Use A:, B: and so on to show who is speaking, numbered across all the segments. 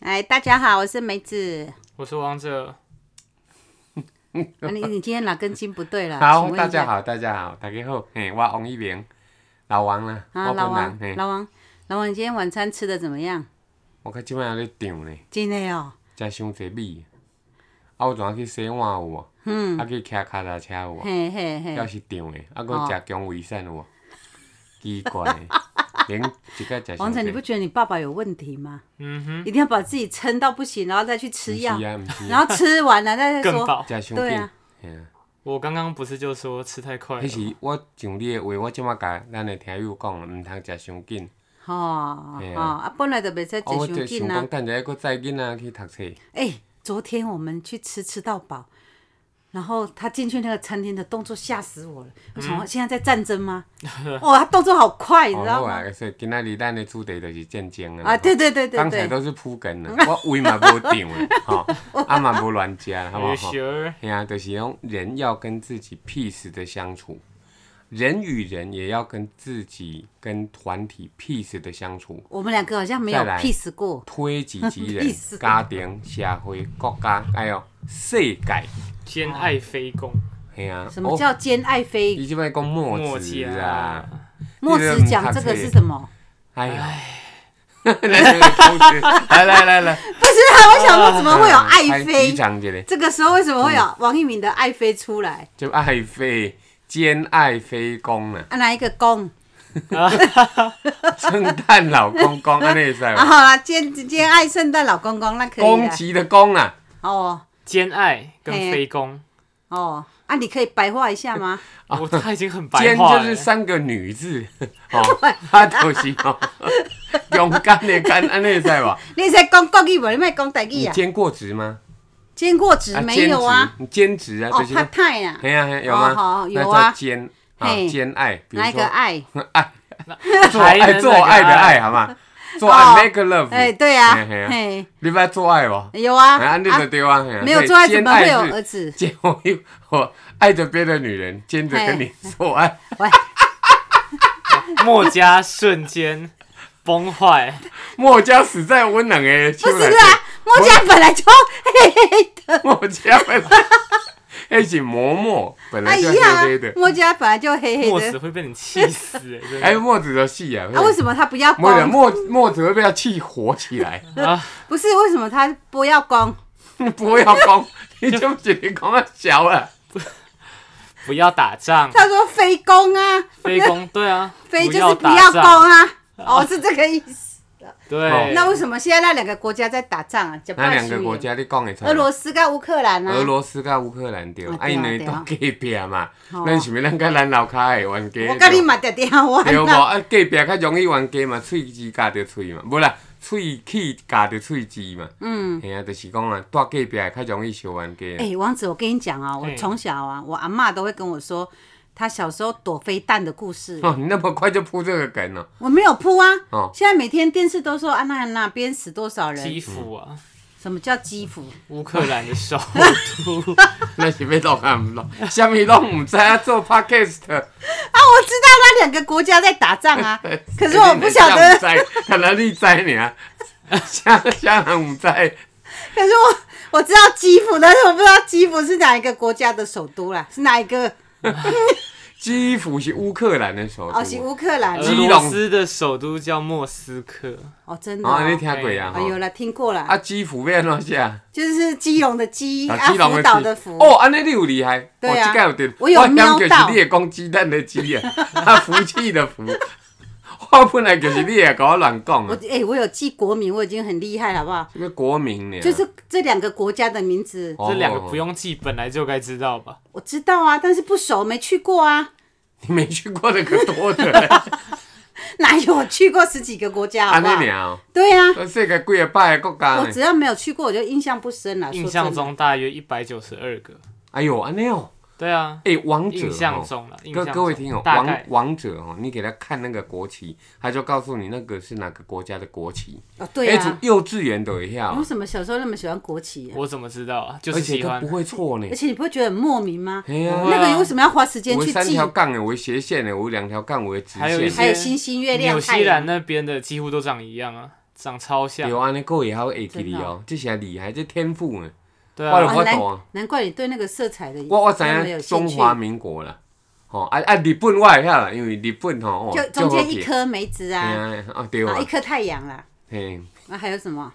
A: 哎，大家好，我是梅 子。
B: 我是王者，
A: 啊、你你今天哪根筋不对了？啊请
C: 好，
A: 问一
C: 大家
A: 下。
C: 好，大家好，大家好，嘿，我王一鸣，老王啦，
A: 啊，
C: 我
A: 老
C: 本人，
A: 王，
C: 嘿，
A: 老王，老王，你今天晚餐吃的怎么样？
C: 我较即摆咧涨咧，
A: 真的哦，
C: 食伤济米，啊，我昨下去洗碗有无？
A: 嗯，
C: 啊，去骑脚踏车有无？
A: 嘿嘿
C: 还
A: 嘿，
C: 是涨的，啊，
A: 哦
C: 搁食姜维散有无？奇 怪的，连一个食
A: 王
C: 伤
A: 晨，你不
C: 济。
A: 觉得你爸爸有问题吗？
B: 嗯哼，
A: 一定要把自己撑到不行，然后再去吃药
C: 不是，啊，毋是
A: 然
C: 啊，
A: 后吃完了再
B: 更
A: 说。
B: 爆。
C: 食伤
A: 对
C: 紧
A: 啊，
C: 嘿啊。
B: 我刚刚不是就说吃太快了
C: 迄
B: 吗，
C: 是我上你的话，我即摆甲咱的听友讲，毋通食伤紧。
A: 哦哦
C: 嘿，啊
A: 啊，本来就袂使
C: 啊，我
A: 吃伤
C: 就想
A: 紧啊
C: 讲，。等下搁载囡仔去读册。
A: 哎、昨天我们去吃吃到饱，然后他进去那个餐厅的动作吓死我了。我想说现在在战争 吗？哇、他动作好快，你
C: 哦，
A: 知
C: 嗯好
A: 道
C: 啊
A: 吗？，
C: 所以今仔日咱的主题就是战争啊。
A: 啊，对对对对
C: 刚才
A: 对，
C: 都是铺梗了， 我胃嘛无定了， 吼，啊嘛无乱食了，好不
B: Are you
C: 好？
B: sure？
C: 嘿啊，就是用人要跟自己 peace 的相处，人与人也要跟自己跟团体 peace 的相处，
A: 我们两个好像没有
C: 再来
A: peace 过。
C: 推己及人
A: Peace，
C: 家庭、社会、国家，哎呦，世界，
B: 兼爱非攻，
C: 嘿啊，
A: 什么叫兼爱非
C: 你？即摆讲墨
B: 默
C: 子
B: 契
C: 啊？
B: 啊！
A: 墨子讲这个是什么？
C: 哎呦， 来来来口水，来来来来，
A: 不是啊，我想说怎么会有爱
C: 来
A: 妃
C: 鼓？掌一下。
A: 这个时候为什么会
C: 嗯
A: 有王一鸣的爱妃出来？
C: 就爱妃兼爱妃公啊，
A: 啊，哪一个公？
C: 哦
B: 啊
C: 圣诞老公公安尼在
A: 啊，好啦，兼兼爱圣诞老公公，那可以
C: 公
A: 啦。
C: 鸡的公啊，
A: 哦
B: 兼爱跟
A: 嘿
B: 非攻，
A: 哦，啊，你可以白话一下吗？
B: 我他已经很白
C: 兼
B: 话
C: 就
B: 了
C: 是。三个女字 哦，他就是哦，勇敢的敢安尼在吧？
A: 你在讲国语无？你莫讲台语
C: 你
A: 啊？
C: 兼过职吗？
A: 兼过职没有啊？
C: 兼职，你兼职啊，
A: 哦
C: 就是
A: ，part time 啊，
C: 哎呀，嘿有
A: 哦好
C: 吗？
A: 有
C: 那
A: 啊
C: 叫兼啊
A: 嘿
C: 兼爱，比如
A: 哪一个
C: 说
A: 爱？
C: 做
B: 还能
C: 爱
B: 那
C: 做
B: 个啊
C: 爱的
B: 爱
C: 爱，好 吗？做
A: 啊哦
C: 爱 make
A: 哎，
C: love，
A: 对啊，
C: 嘿嘿啊
A: 嘿，
C: 你不要做爱哦，
A: 有啊，
C: 哎安尼就
A: 啊
C: 对啊，嘿啊
A: 没有
C: 所以
A: 做爱怎么会
C: 兼
A: 有
C: 是
A: 儿子？
C: 结婚又我爱着别的女人，兼着跟你做爱，
A: 喂，
B: 墨家瞬间崩坏，
C: 墨家死在温暖的秋
A: 不是
C: 来
A: 啊，墨家本来就 嘿嘿嘿的，
C: 墨家本来那是嬷嬷，本
A: 啊
C: 来
A: 一
C: 就黑
A: 样啊
C: 黑的，，
A: 墨家本来就黑
B: 墨
A: 黑
B: 子
A: 的，
B: 会被你气死哎！真的
C: 哎，墨子的戏啊，
A: 啊，为什么他不要
C: 墨子
A: 光？
C: 墨墨子会被他气火起来，
B: 啊，
A: 不是为什么他不要光？
C: 不要讲，你就只能讲他小啊，
B: 不要打仗，
A: 他说非公啊，
B: 非攻对啊，
A: 非就是不要公
B: 打仗，
A: 啊，哦，是这个意思。
C: 哦
B: 对，
A: 那为什么现在那两个国家在打仗啊？
C: 那两个国家你讲得出来
A: 俄
C: 吗？
A: 罗斯跟乌克兰啊，
C: 俄罗斯跟乌克兰对
A: 啊，
C: 啊，
A: 对啊
C: 因为
A: 对
C: 都
A: 啊
C: 隔壁嘛
A: 哦，
C: 咱想要咱跟咱楼骹的冤家。
A: 我跟你嘛常常 玩
C: 对无
A: 啦，
C: 啊，隔壁较容易冤家嘛，喙齿夹着喙嘛，无啦，喙齿夹着喙齿嘛。
A: 嗯，
C: 嘿啊，就是讲啊，住隔壁的较容易相冤家啊。
A: 哎、王子，我跟你讲啊，我
B: 嘿
A: 从小啊，我阿嬷都会跟我说，她小时候躲飞弹的故事，
C: 哦，你那么快就铺这个梗了、
A: 我没有铺啊。
C: 哦
A: 现在每天电视都说啊，那哪边死多少人
B: 基，辅啊，
A: 什么叫基辅？
B: 乌克兰的首都，
C: 那是要弄啊唔弄，啥物拢唔知啊，做 podcast，
A: 啊，我知道那两个国家在打仗 啊，可是我不晓
C: 你哪
A: 得，
C: 知道，可能你知 尔，啥啥人唔知，
A: 可是我我知道基辅，但是我不知道基辅是哪一个国家的首都啦，是哪一个？
C: 基辅是乌克兰的首都。啊
A: 哦，是乌克兰
B: 俄
C: 基隆
B: 罗斯的首都叫莫斯科，
A: 哦，真的、哦。
C: 哦，你听过啊？
A: 哎
C: 吼
A: 有了，听过了，
C: 啊，基辅要安怎写？啊，
A: 就是基隆的基，啊，
C: 基隆
A: 福岛的
C: 基
A: 福。
C: 哦，安尼你有厉害。
A: 对啊
C: 哦这个有
A: 我有
C: 我感
A: 瞄
C: 觉
A: 到
C: 是你会讲鸡蛋的鸡啊， 啊，福气的福。我本来就是你会甲我乱讲
A: 我
C: 啊，
A: 哎、我有记国名，我已经很厉害了，好不好？
C: 这个国民呢？
A: 就是这两个国家的名字，
C: 嗯哦
B: 这两个不用记，本来就该知道吧？
A: 我知道啊，但是不熟，没去过啊，
C: 你没去过的可多的嘞，
A: 哪有我去过十几个国家， 好
C: 安
A: 不
C: 尼
A: 好？
C: 尔哦，
A: 对啊，
C: 全世界几个摆的国家
A: 我
C: 呢
A: 只？要没有去过，我就印象不深了。
B: 印
A: 说
B: 象
A: 真的，
B: 中大约一百九十二个，
C: 哎呦，安尼哦，
B: 对啊，
C: 哎，王者
B: 印象
C: 哦，
B: 中了，印
C: 各
B: 象中
C: 各位听友，
B: 大
C: 王
B: 概
C: 王者哦，你给他看那个国旗，他就告诉你那个是哪个国家的国旗。
A: 哦，对
C: 哎
A: 啊，
C: 幼稚园都会
A: 你
C: 晓啊
A: 为，什么小时候那么喜欢国旗、啊？
B: 我怎么知道啊？就
C: 而
B: 是
C: 且
B: 喜
C: 都
B: 欢
C: 不，会错呢
A: 而。且你不会觉得很莫名吗？
C: 哎呀，
B: 对啊
A: 那个你为什么要花时间
C: 我
A: 去
C: 三
A: 记
C: 条？杠的，我斜线的，我两条杠，我直
B: 还有一
C: 线
B: 些
C: 的。
A: 还有星星、月亮、
B: 纽
A: 太
B: 西兰
A: 阳，
B: 那边的几乎都长一样啊，长超像
C: 对，安尼够也还会会记哩
A: 真的
C: 哦，这些厉害，这天赋呢。
B: 对
C: 我就
B: 啊，
A: 啊
C: 我
A: 难
C: 懂啊
A: 难怪你对那个色彩的
C: 我我知
A: 那么有
C: 影
A: 兴
C: 中
A: 趣。
C: 华民国啦，吼啊啊日本我会晓啦，因为日本吼，哦
A: 就中间一，
C: 很好记
A: 颗梅子
C: 嘿
A: 啊，
C: 啊啊对
A: 啊
C: 啊
A: 一，颗太阳啦，
C: 嘿，
A: 那还有什么？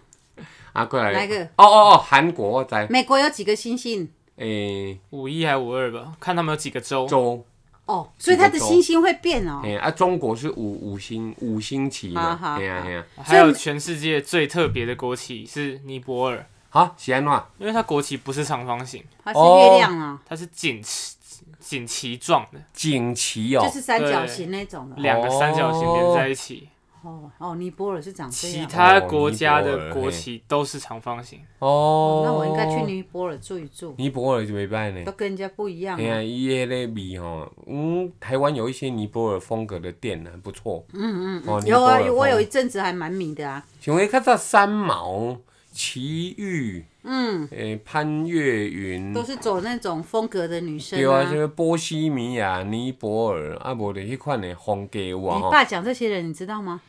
C: 啊过
A: 哪一
C: 来
A: 个，
C: 哦哦哦，韩国我知，
A: 美国有几个星星？
C: 诶，
B: 五一还五二吧，看他们有几个州。
C: 州，
A: 哦，所以它的星星会变哦。
C: 嘿啊中国是五五星五星旗嘛
A: 好，好
C: 嘿啊
A: 好
C: 嘿啊，
B: 还有全世界最特别的国旗是尼泊尔，
C: 好是安怎？
B: 因为它国旗不是长方形，
A: 它是月亮啊，
B: 它是锦旗锦旗状的，
C: 锦旗
A: 就
C: 哦
A: 是，三角形那种的。
B: 两个三角形连在一起。
A: 哦哦，尼泊尔是长这
B: 其
A: 样。啊
B: 他国家的国旗都是长方形，
C: 哦，
A: 那我应该去尼泊尔住一住，
C: 尼泊尔就袂歹呢
A: 都。跟人家不一样
C: 嘿
A: 啊。
C: 啊，伊迄个味吼，嗯，台湾有一些尼泊尔风格的店还不错。嗯嗯，哦，尼
A: 有
C: 泊
A: 啊，
C: 尔
A: 有我
C: 风
A: 有一阵子还蛮迷的啊。
C: 像迄较早三毛、奇遇，嗯，诶、潘越云
A: 都，是走那种风格的女生
C: 对啊，
A: 啊。
C: 什么波西米亚、尼泊尔，啊，无就迄款的风格有啊
A: 你
C: 吼。
A: 爸讲这些人，你知道吗？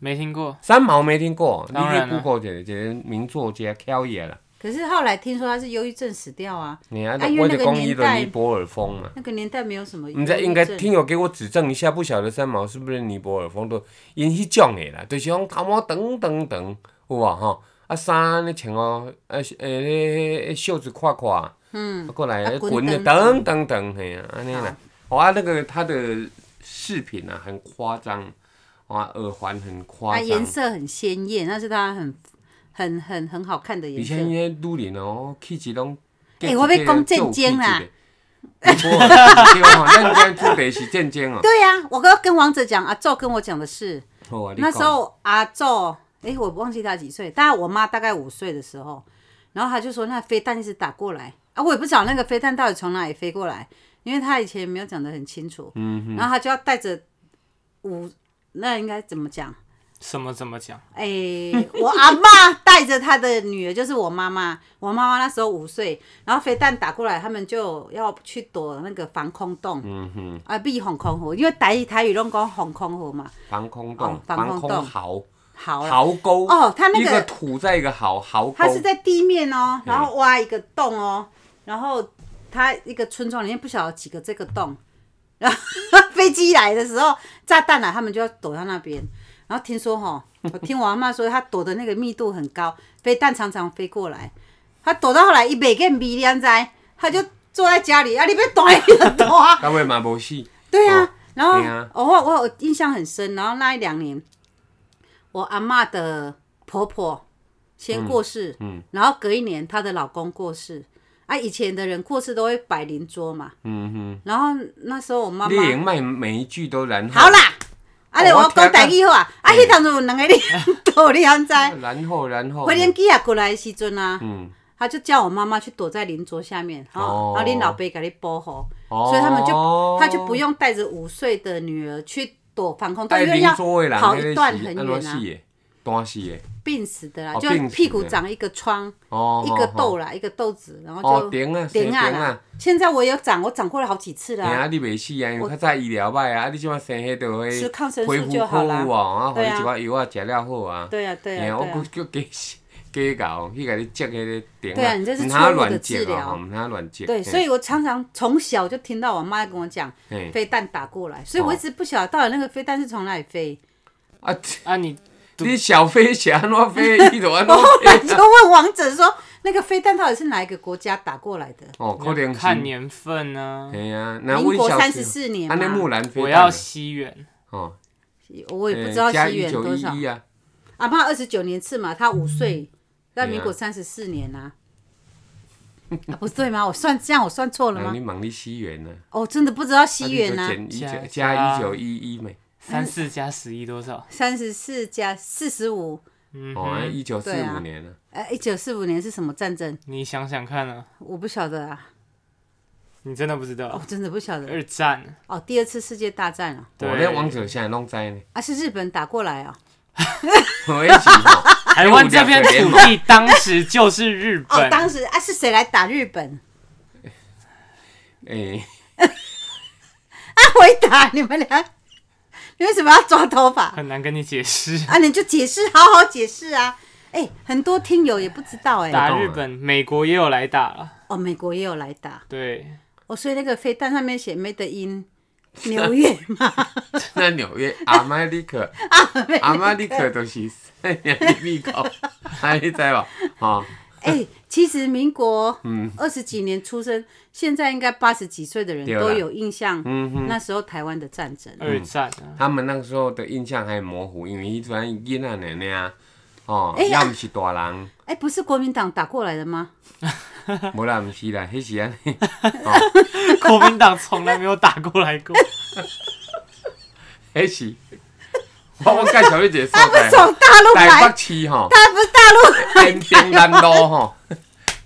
B: 没听过。
C: 三毛没听过，你
B: 当然
C: 去
B: 啊
C: Google 一下，一个名作家飘野啦。
A: 可是后来听说他是忧郁症死掉啊，
C: 你啊，
A: 啊因为
C: 我就
A: 那个
C: 讲伊
A: 年
C: 的
A: 代
C: 尼泊尔风嘛。
A: 那个年代没有什么忧郁
C: 毋
A: 症。
C: 知应该听友给我指正一下，不晓得三毛是不是尼泊尔风都因迄种的啦，就是讲头毛长长长，有无吼？啊衫安尼穿哦，啊是诶迄迄袖子垮垮，嗯，过
A: 啊
C: 来
A: 滚
C: 滚的
A: 长
C: 长长长嘿啊，安尼啦。哦啊，那个他的饰品啊很夸张，哇，耳环很夸
A: 它
C: 张
A: 啊颜，色很鲜艳，那是它很很很很好看的
C: 以
A: 颜色。
C: 前迄女人哦，气质拢。
A: 欸我要讲正经啦
C: 尼泊尔。对哦，咱咱主题是正经 哦。
A: 对呀、我刚刚跟王者讲，阿宙跟我讲的是，
C: 好啊，你
A: 那时
C: 讲
A: 候阿宙，哎、我忘记他几岁，大概我妈大概五岁的时候，然后他就说那飞弹一直打过来啊，我也不知道那个飞弹到底从哪里飞过来，因为他以前没有讲得很清楚，嗯，然后他就要带着五，那应该怎么讲？
B: 什么怎么讲？
A: 哎、 我阿妈带着她的女儿，就是我妈妈。我妈妈那时候五岁，然后飞弹打过来，他们就要去躲那个防空洞，嗯哼，啊，避防空火，因为台语台语拢讲防空火嘛，
C: 防空洞
A: 哦、防空洞
C: 壕、
A: 好啦，
C: 壕沟
A: 哦它那
C: 一
A: 个
C: 个土在一个壕壕沟
A: 它，是在地面哦，然后挖一个洞哦，然后它一个村庄里面不晓得几个这个洞， 然后飞机来的时候，炸弹来，他们就要躲到那边。然后听说哈，我听我阿妈说，她躲的那个密度很高，飞弹常常飞过来，她躲到后来，伊袂见米两灾，她就坐在家里，啊，你别躲，你就躲啊。
C: 到尾嘛无死，
A: 对啊
C: 哦，
A: 然后、
C: 对啊
A: 哦、我我有印象很深，然后那一两年，我阿妈的婆婆先过世，嗯，然后隔一年她的老公过世，啊，以前的人过世都会摆灵桌嘛，
C: 嗯
A: 然后那时候我妈
C: 哼，你
A: 妈，
C: 连卖每一句都然后，
A: 好啦，啊，你
C: 哦我
A: 我讲
C: 听到嗯
A: 台语好啊，啊，迄当阵有两个 灵桌，你安知？
C: 然后然后
A: 我，年纪也过来的时阵啊，
C: 嗯，
A: 她就叫我妈妈去躲在灵桌下面，
C: 哦
A: 哦，然后你老爸给你保护。
C: 所
A: 所以他们就
C: 哦
A: 他就不用带着五岁的女儿去躲防空洞，
C: 带
A: 因为
C: 邻
A: 要
C: 桌的人，
A: 跑一段
C: 那个
A: 很
C: 是安
A: 远啊，
C: 怎死的，单死的，
A: 病死的啦，
C: 哦
A: 就
C: 病死的
A: 屁股长一个疮，
C: 哦，
A: 一个
C: 哦，
A: 痘啦，一个痘子，然后
C: 哦，
A: 就
C: 顶啊，生
A: 顶
C: 顶
A: 啊
C: 啊
A: 啦。。现在我有长，我长过了好几次
C: 嘿
A: 啦。
C: 啊，你袂死啊，因为较早医疗歹啊，啊，你即摆生迄就会
A: 吃抗生素
C: 恢复
A: 就好啦
C: 哦，啊，互你
A: 对
C: 一
A: 啊
C: 寡药啊，食了好啊。
A: 对啊，对
C: 嘿
A: 啊，
C: 我
A: 对
C: 佫
A: 啊。
C: 叫加加搞，去甲你接迄个电
A: 对啊你这是
C: 唔
A: 错
C: 通
A: 误的
C: 乱
A: 治
C: 接
A: 疗
C: 哦，毋通乱接。
A: 对，所以我常常从小就听到我妈跟我讲
C: 嘿哦
A: 飞弹打过来，所以我一直不晓得到底那个飞弹是从哪里飞。
C: 啊，
B: 啊，你
C: 你小飞是安怎飞，你就 安
A: 我
C: 怎
A: 后来就
C: 飞。
A: 问王者说，那个飞弹到底是哪一个国家打过来的？
C: 哦，可能是
B: 看。年份呢、
C: 嘿啊，那
A: 民
C: 阮
A: 国
C: 小
A: 三十
C: 时
A: 四年
C: 安尼
A: 嘛
C: 木兰飞
B: 我
C: 弹
B: 要
C: 啊
B: 西元，
C: 哦，
A: 我也不
C: 呃
A: 知道
C: 加
A: 西元多少
C: 1911。啊，
A: 阿妈二十九年次嘛，她五岁，在
C: 对啊
A: 民国三十四年呐、啊不对吗？我算这样，我算错了
C: 人
A: 吗
C: 啊你？忙你西元呢？
A: 哦，真的不知道
C: 啊
A: 西元呐、
C: 你就减一
B: 加
C: 九加一九一一哦没？
B: 三四加十一多少？
A: 三十四加四十五，
B: 嗯
C: 哦，
B: 哼，
C: 一九四
A: 对啊
C: 五年哦呢。
A: 呃，一九四五年是什么战争？
B: 你想想看啊，
A: 我不晓得啊，
B: 你真的不知
A: 我
B: 道
A: 真的不晓
C: 呃
A: 得。
B: 二战，
A: 哦，第二次世界大战啊，
C: 我
B: 对，
C: 那王者现在拢知呢，
A: 啊是日本打过来啊，
C: 我哦一起 吼，
B: 台湾这片土地当时就是日
A: 哦，
B: 本，
A: 当时啊是谁来打日本？ 啊
C: 诶，哎
A: 啊，回答你们俩， 你为什么要抓头发？
B: 很难跟你解释。
A: 啊，你就解释，好好解释啊！哎、很多听友也不知道哎、
B: 打日本、美国也有来打了，
A: 哦，美国也有来打
B: 对，
A: 哦，所以那个飞弹上面写 “Made in 纽约”
C: 啊
A: 嘛，
C: 那纽约阿玛利克，阿玛利克就是三年的美国，啊你知哦无？吼，
A: 哎、其实民国
C: 嗯
A: 二十几年出生，现在应该八十几岁的人
C: 对啦嗯
A: 都有印象，那时候台湾的战争。
B: 二战啊，
C: 他们那时候的印象还模糊，因为迄阵囡仔奶奶啊，吼，
A: 哎呀
C: 也毋是大人，
A: 哎、不是国民党打过来的吗？
C: 无啦，毋是啦，迄是安尼，
B: 国民党从来没有打过来 过，
C: 迄是。我我介绍你一个所
A: 啊他不
C: 在
A: 是，从大陆
C: 哦台
A: 来
C: 北，市吼，
A: 他不是大
C: 延平南路吼，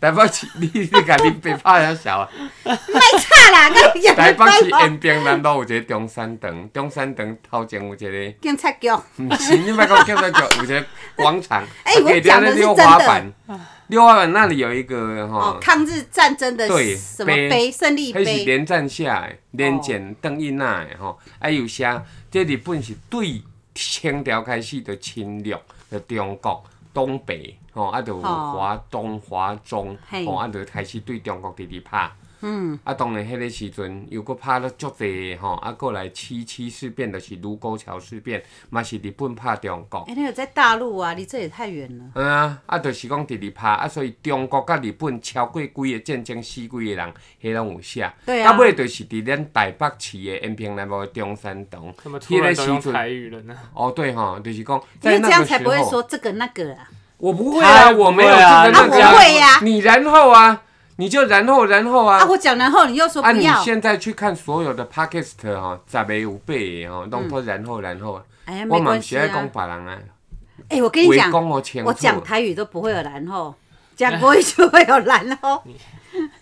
C: 台北市，你你甲你别拍遐小啊。
A: 陆， 太差啦！跟你讲
C: 台哎北市延平南路有一个中山堂，中山堂头前有一个，
A: 警察局，
C: 毋是你莫讲叫做叫，有一个广场，
A: 哎
C: 啊
A: 我
C: 可以在
A: 讲
C: 那
A: 的是
C: 溜
A: 真
C: 滑
A: 的
C: 板，溜滑板那里有一个
A: 哦
C: 哈，，
A: 抗日战争的
C: 对
A: 什么
C: 碑
A: 碑？胜利
C: 迄是
A: 碑。
C: 连战下
A: 哦
C: 的，连战邓印那的吼，啊有写，这日本是对清朝开始就侵略就中国东北吼，啊就有
A: 哦
C: 华东华中
A: 嘿
C: 吼，啊就开始对中国直直拍。嗯，啊，当然，迄个时阵又搁拍了足济吼，啊，过来七七事变，就是卢沟桥事变，嘛是日本拍中国。
A: 哎、那个在大陆啊，离这也太远了。
C: 嗯啊，啊，就是讲直直拍啊，所以中国甲日本超过几个战争死几个人，迄拢有写。
A: 对啊
C: 到尾就是伫咱台北市的延平南路的中山堂，
B: 怎么突然都用
C: 迄
B: 台语了呢？
C: 哦，对吼，就是讲
A: 因
C: 在
A: 为这
C: 那
A: 样
C: 个时
A: 才不会
C: 候，
A: 说这个那个啊。
C: 我不会啊，
B: 他不会啊
C: 我没有这
B: 那
C: 个
A: 啊，
C: 那
A: 我
C: 个啊
A: 会呀、啊。
C: 你然后啊，你就然后然后啊，
A: 我讲然后你又说
C: 啊，
A: 不
C: 你
A: 要。
C: 现在去看所有的 podcast 哈、哦，十个有八个吼、哦，拢都然后然后，啊
A: 哎呀，
C: 我
A: 嗯没
C: 嘛
A: 关
C: 不是
A: 系
C: 爱讲
A: 啊。
C: 别人啊，
A: 哎、我跟你
C: 话
A: 讲，
C: 讲我清楚。
A: 我讲台语都不会有然 后，讲国语就会有然后。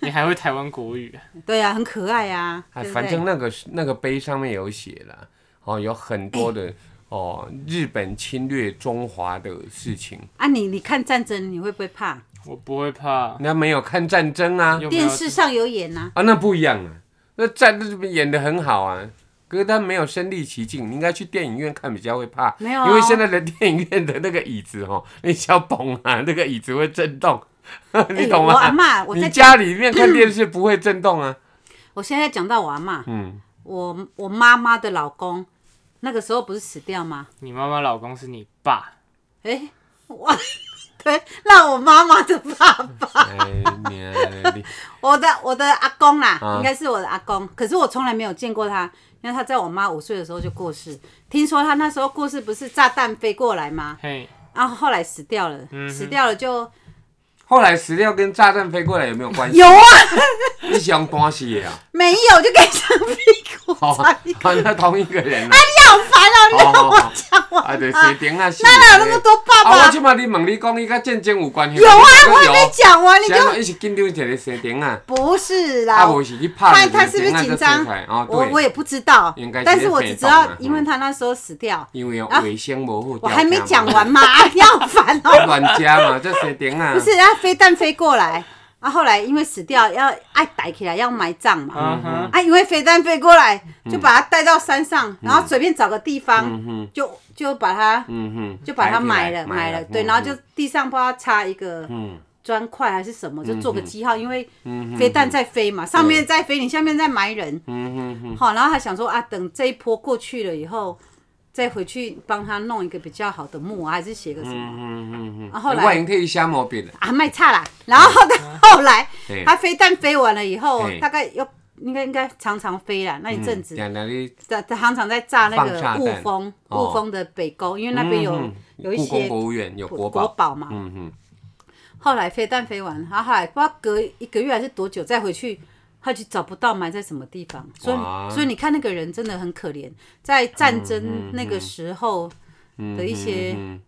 B: 你还会台湾国语啊？
A: 对啊，很可爱啊，
C: 哎，
A: 对不
C: 反
A: 对？
C: 正那个是那个碑上面有写了，哦，有很多
A: 哎
C: 的、哦，日本侵略中华的事情。
A: 啊，你你看战争你会不会怕？
B: 我不会怕，
C: 那没有看战争啊，
B: 又没有
A: 电视上有演呐、
C: 啊，那不一样啊，那战日本演的很好啊。可是他没有身临其境，你应该去电影院看比较会怕，
A: 没有啊
C: 因为现在的电影院的那个椅子哦，那小蹦啊，那个椅子会震动，
A: 啊。
C: 你懂
A: 哎我阿
C: 吗？
A: 妈，我
C: 你
A: 在
C: 家里面看电视不会震动啊，
A: 我现在讲到我阿妈，
C: 嗯，
A: 我我妈妈的老公，那个时候不是死掉吗？
B: 你妈妈老公是你爸，
A: 哎、我 对，那我妈妈的爸爸，
C: 哎，你啊你
A: 我的我的阿公啦，
C: 啊
A: 应该是我的阿公，可是我从来没有见过他，因为他在我妈五岁的时候就过世。听说他那时候过世不是炸弹飞过来吗？
B: 嘿，
A: 然后后来死掉了，死掉了就
C: 后来石料跟炸弹飞过来有没有关系？
A: 有啊，
C: 你是用单写啊？
A: 没有就给长屁股，
C: 哦，
A: 长屁股，
C: 好像同一个人啊。
A: 你啊好烦啊！你让我讲完
C: 啊，对，
A: 啊
C: 水，顶啊，是
A: 哪有那么多爸
C: 啊，我
A: 爸
C: 即？摆你问你讲，伊甲战争有关系吗？
A: 有啊，
C: 你
A: 我还
C: 说
A: 没讲完你
C: 是安啊
A: 就
C: 怎伊是紧张一个水顶啊，
A: 不是啦
C: 啊，。无是去
A: 他
C: 拍
A: 他是不是紧张？
C: 哦，
A: 我我
C: 对，
A: 也不知道
C: 应该，是
A: 但是我只知道
C: 被动啊，
A: 因为他那时候死掉，
C: 因为有
A: 啊
C: 卫生无好。
A: 我还没讲完嘛，啊你好烦哦！
C: 调 侃嘛。乱加嘛，这水顶啊。
A: 不是，啊，飞弹飞过来，啊，后来因为死掉要爱逮起来要埋葬嘛，
B: 嗯哼，
A: 啊，因为飞弹飞过来就把它带到山上，然后随便找个地
C: 嗯
A: 方
C: 哼，
A: 就就把它
C: 嗯哼，
A: 就把它埋
C: 埋
A: 了
C: 起来
A: 埋了，对，
C: 嗯
A: 然后就地上不知道插一个
C: 嗯
A: 砖块还是什么，就做个记号，因为
C: 嗯
A: 飞弹在飞嘛，上面在飞，你下面在埋人，
C: 嗯哼哼，
A: 好，然后他想说啊，等这一波过去了以后。再回去帮他弄一个比较好的墓啊，还是写个什么
C: 嗯哼哼
A: 啊
C: 哼，
A: 后来
C: 我已经替伊写毛笔了。
A: 啊？卖差啦。然后后后来
C: 嘿
A: 它飞弹飞完了以后
C: 嘿，
A: 大概又应该应该常常飞啦，那一阵子，
C: 定定你
A: 常常常在炸那
C: 放炸
A: 个
C: 弹
A: 雾峰，
C: 哦
A: 雾峰的北沟，因为那边有、
C: 嗯哼
A: 有一
C: 故宫
A: 些
C: 博物院有
A: 国
C: 国宝，
A: 宝嘛。
C: 嗯哼，
A: 后来飞弹飞完，然后后来不知道隔一个月还是多久再回去。他就找不到埋在什么地方，所
C: 哇
A: 以所以你看那个人真的很可怜，在战争那个时候的一些、
C: 嗯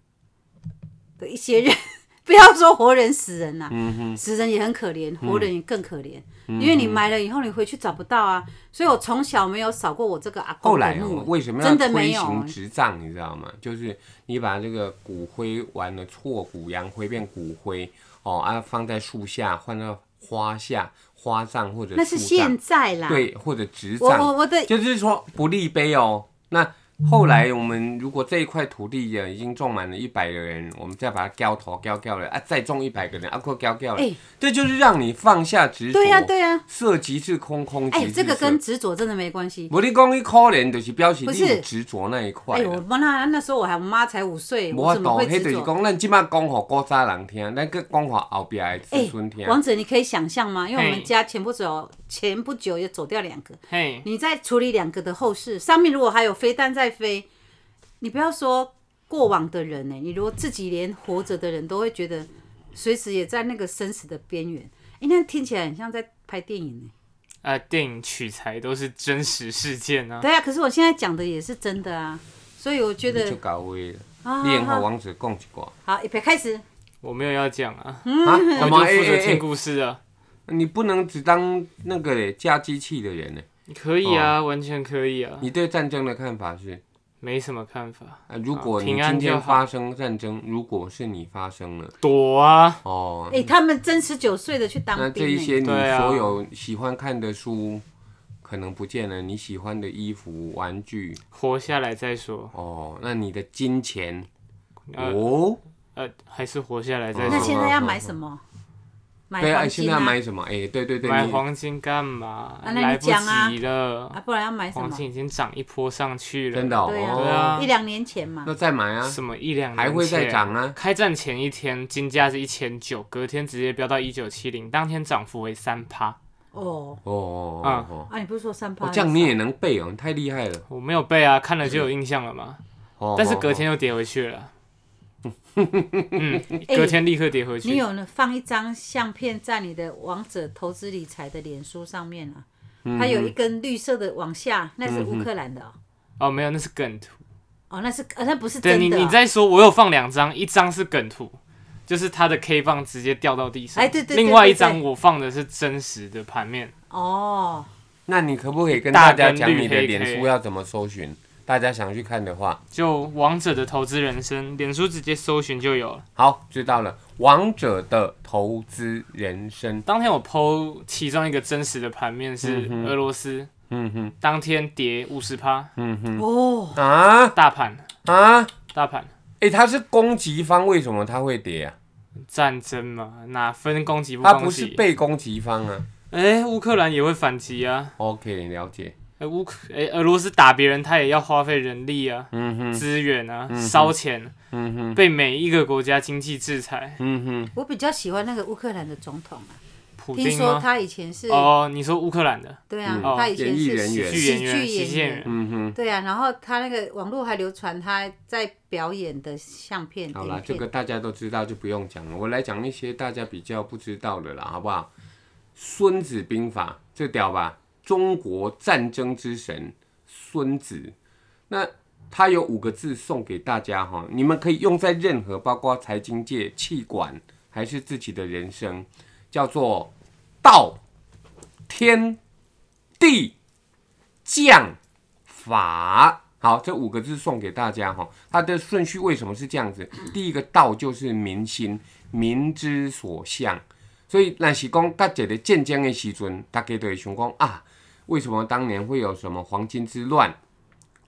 A: 的一些人， 不要说活人死人啦、
C: 嗯哼，嗯
A: 死人也很可怜，活人也更可怜，因为你埋了以后，你回去找不到啊。所以我从小没有扫过我这个阿
C: 后
A: 公的
C: 来、哦、
A: 墓，欸
C: 为什么要
A: 真的没
C: 推
A: 有啊
C: 行执葬？你知道吗？就是你把这个骨灰完了错骨扬灰变骨灰哦，啊放在树下，换到花下花葬或者
A: 那是
C: 树葬
A: 现在啦。啊
C: 对或者纸
A: 我我
C: 葬，
A: 我的
C: 就是说不立碑哦。那后来我们如果这一块土地啊已经种满了一百个人，我们再把它浇头浇掉了啊，再种一百个人啊，过浇掉了，
A: 哎
C: 这就是让你放下执着。
A: 对呀、对呀、
C: 色即是空，空即
A: 哎、
C: 是色。
A: 这个跟执着真的没关系。
C: 我你讲你可怜，就是表示
A: 不
C: 你
A: 是
C: 有执着那一
A: 哎
C: 块
A: 呦，我
C: 啦。
A: 妈那那时候我还我妈才五岁，
C: 无
A: 我
C: 法
A: 怎么
C: 度，
A: 会
C: 迄
A: 执
C: 就是
A: 着？
C: 讲，咱即摆讲互古早人听，咱去讲互后壁的子
A: 哎
C: 孙啊听。
A: 王子，你可以想象吗？因为我们
B: 嘿
A: 家前不久前不久也走掉两个，
B: 嘿，
A: 你在处理两个的后事，上面如果还有飞弹在飞，你不要说过往的人欸呢、你如果自己连活着的人都会觉得随时也在那个生死的边缘，哎、那听起来很像在拍电影欸呢、
B: 啊，电影取材都是真实事件啊。
A: 对啊，可是我现在讲的也是真的啊，所以我觉
C: 你就
A: 得
C: 到位了，
A: 啊，
C: 你用互
A: 好，
C: 王子讲一寡。
A: 好，预备开始，
B: 我没有要讲啊，
A: 嗯
C: 啊，
B: 我
C: 干
B: 就
C: 嘛？
B: 负责
C: 哎哎
B: 听故事啊。
C: 哎，你不能只当那个嘞嫁机器的人呢。
B: 可以啊，完全可以啊，
C: 哦你对战争的看法是？
B: 没什么看法。
C: 啊，如果
B: 啊
C: 你
B: 平
C: 今
B: 安就好
C: 天发生战争，如果是你发生了，
B: 躲啊，
C: 哦
A: 哎、，他们真十九岁的去当
C: 那
A: 兵、欸
C: 这
A: 呢。
C: 一些你
B: 对啊
C: 所有喜欢看的书，可能不见了，你喜欢的衣服、玩具，
B: 活下来再说。
C: 哦，那你的金钱，
B: 呃
C: 哦，
B: 呃，还是活下来再
A: 那
C: 哦
B: 说。
A: 现在要买什么？买
C: 对啊，
A: 黄
C: 哎现
A: 金
C: 在
A: 啊！
C: 买什么？哎，对对对，
B: 买
C: 你
B: 黄金干嘛？
A: 啊那你
B: 来不
A: 讲啊
B: 及了，
A: 啊，不然要买什
B: 黄
A: 么？
B: 金已经涨一波上去了。
C: 真的哦
A: 对啊
B: 对啊
C: 哦，
A: 一两年前嘛
C: 那。再买啊，
B: 什么一两年
C: 还会再
B: 前
C: 涨啊
B: 开战前一天金价是一千九，隔天直接飙到一九七零，当天涨幅为三趴。
A: 哦，
C: 哦哦
B: 啊
C: 哦哦，
A: 啊，你不是说三
C: 哦
A: 趴？
C: 这样你也能背哦，你太厉害了。
B: 我没有背啊，看了就有印象了嘛。
C: 哦
B: 但是
C: 哦
B: 隔
C: 哦
B: 天又跌回去 了。嗯，
A: 哎
B: 隔天立刻跌回
A: 你
B: 去。
A: 有呢放一张相片在你的王者投资理财的脸书上面啊，
C: 嗯
A: 它有一根绿色的往下，那是乌克兰的哦，
B: 哦，没有，那是梗图。
A: 哦，那是呃，那不是
B: 对
A: 真
B: 你，
A: 的
B: 你
A: 哦。
B: 再说，我有放两张，一张是梗图，就是它的 K 棒直接掉到地上。
A: 哎对对对
B: 另外一
A: 对
B: 张我放的是真实的盘面，
A: 哦，
C: 那你可不可以跟大家讲
B: 大
C: 你的
B: 跟绿
C: 脸
B: 黑
C: 书
B: 黑
C: 要怎么搜寻？大家想去看的话，
B: 就王者的投资人生，脸书直接搜寻就有了。
C: 好，知道了。王者的投资人生，
B: 当天我剖其中一个真实的盘面是俄罗斯，
C: 嗯哼，
B: 当天跌五十趴，
A: 哦，
C: 啊
B: 大盘
C: 啊，
B: 大盘
C: 诶，它是攻击方，为什么它会跌啊？
B: 战争嘛，哪分攻击不
C: 它
B: 攻
C: 不是
B: 击？
C: 被攻击方啊。
B: 哎，乌克兰也会反击啊！
C: OK，了解。
B: 哎，乌克哎，俄罗斯打别人，他也要花费人力啊、
C: 嗯哼，
B: 资源啊、烧钱，
C: 嗯哼，
B: 被每一个国家经济制裁。
C: 嗯哼，
A: 我比较喜欢那个乌克兰的总统啊，
B: 普
A: 听
B: 丁
A: 说
B: 吗？
A: 他以前是，
B: 哦，你说乌克兰的
A: 对啊
C: 嗯，
A: 他以前
C: 演艺
A: 是
C: 人
A: 喜
C: 员
B: 剧
A: 喜
B: 演
A: 剧
B: 员、喜剧
A: 演
B: 演
A: 员。
B: 员，
C: 嗯哼。
A: 对啊，然后他那个网络还流传他在表演的相片、
C: 好啦
A: 影，
C: 这
A: 片
C: 个大家都知道，就不用讲了。我来讲一些大家比较不知道的啦，好不好？《孙子兵法》这屌吧？中国战争之神孙子，那他有五个字送给大家哈，你们可以用在任何，包括财经界、气管，还是自己的人生，叫做道、天、地、将、法。好，这五个字送给大家哈。它的顺序为什么是这样子？第一个道就是民心，民之所向。所以那是讲，大家的战争的时阵，大家都会想讲啊，为什么当年会有什么黄巾之乱？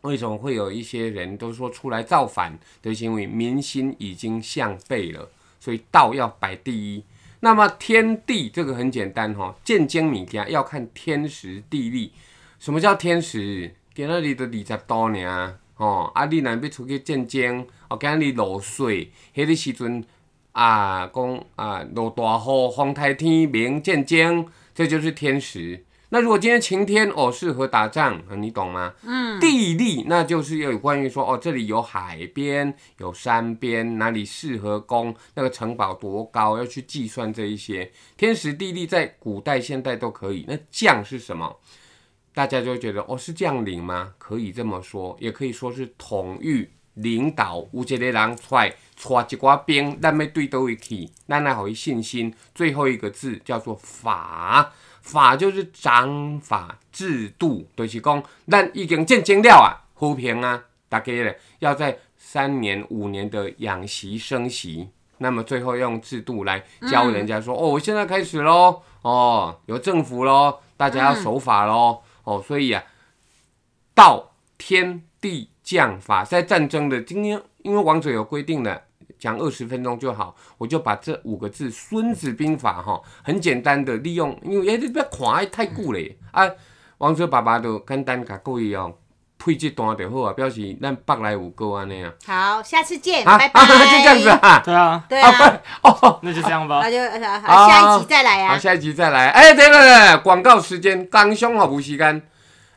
C: 为什么会有一些人都说出来造反？就是因为民心已经向背了，所以道要摆第一。那么天地这个很简单哈、哦，见精米家要看天时地利。什么叫天时？今仔日都二十度尔，吼、啊你若要出去见精，哦今仔日落水，迄个时阵啊讲啊落大雨，风台天明见精，这就是天时。那如果今天晴天哦，适合打仗，啊你懂吗？地利，那就是有关于说哦，这里有海边，有山边，哪里适合攻，那个城堡多高，要去计算这一些天时地利，在古代、现代都可以。那将是什么？大家就会觉得哦，是将领吗？可以这么说，也可以说是统御、领导。有一个人出来，带一寡兵，咱要对倒位去，咱来好伊信心。最后一个字叫做法。法就是章法制度，就是讲咱已经战争了啊，和平啊，大家咧要在三年五年的养习生习，那么最后用制度来教人家说，哦，我现在开始喽，哦，有政
A: 嗯
C: 府喽，大家要守法喽，哦，所以啊，道天地讲法，在战争的今天，因为王者有规定的，讲二十分钟就好，我就把这五个字《孙子兵法》哈，很简单的利用，因为哎，你不要看太久嘞
A: 嗯
C: 啊。王者爸爸就简单甲各位哦配这段就好啊，表示咱北来有歌安尼啊。
A: 好，下次见，
C: 啊
A: 哎拜拜。
C: 啊， 就这样子啊。
B: 对啊，
A: 对啊，
C: 哦，
B: 那就这样吧
A: 那。就好下一集再来
C: 好，
A: 啊。
C: 下一集再来。哎、对了对了，广告时间，刚兄好不时间。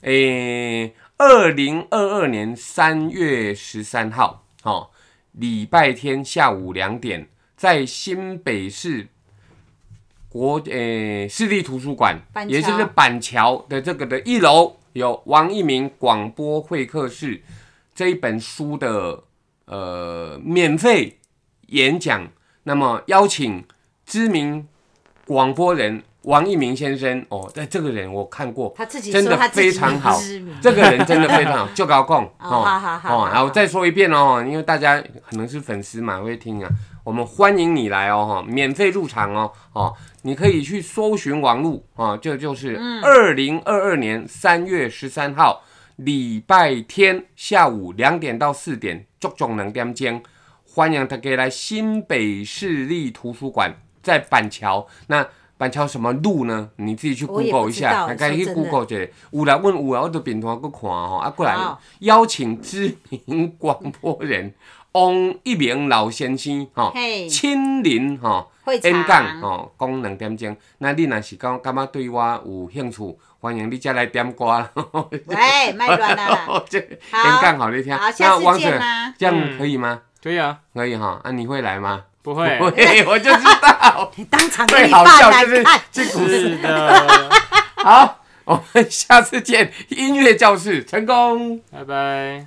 C: 哎、二零二二年三月十三号，哦，礼拜天下午两点，在新北市国诶、市立图书馆，
A: 板桥
C: 也就是板桥的这个的一楼，有王一鸣广播会客室这一本书的呃免费演讲，那么邀请知名广播人王一鸣先生哦，但这个人我看过，
A: 他自己
C: 真
A: 说
C: 的
A: 他自己
C: 非常好
A: 知名，
C: 这个人真的非常 好，就高供
A: 哦好好好
C: 哦，然后再说一遍哦，因为大家可能是粉丝嘛，会听啊，我们欢迎你来哦，哈，免费入场哦，哦，你可以去搜寻网路啊，这就是
A: 嗯
C: 二零二二年三月十三号礼拜天下午两点到四点，足足两点钟。欢迎大家来新北市立图书馆，在板桥。那板桥什么路呢？你自己去
A: 我也不
C: Google 一
A: 知道
C: 下，大家去
A: 说真的
C: Google 一下。哦有来问有啊，我都边摊去看吼，啊过来
A: 好
C: 邀请知名广播人 王一鸣老先生吼
A: 嘿
C: 亲临吼。
A: 会
C: 演讲
A: 场，
C: 吼，讲两点钟。那你若是讲感觉对我有兴趣，欢迎你再来点歌啦。
A: 喂，哎卖乱啦，
C: 这演讲好你听。
A: 好，
C: 那
A: 下
C: 王
A: 次
C: Sir，
A: 见啦。
C: 这样可以吗？
B: 可以啊，
C: 可以哈，啊，你会来吗？
B: 不会，
C: 会，我就知 道。
A: 你当场给
C: 最
A: 你
C: 好
A: 爸
C: 笑
A: 来
C: 就是
A: 看，
C: 这股市。
B: 是 的，
C: 好，我们下次见，音乐教室成功。
B: 拜拜。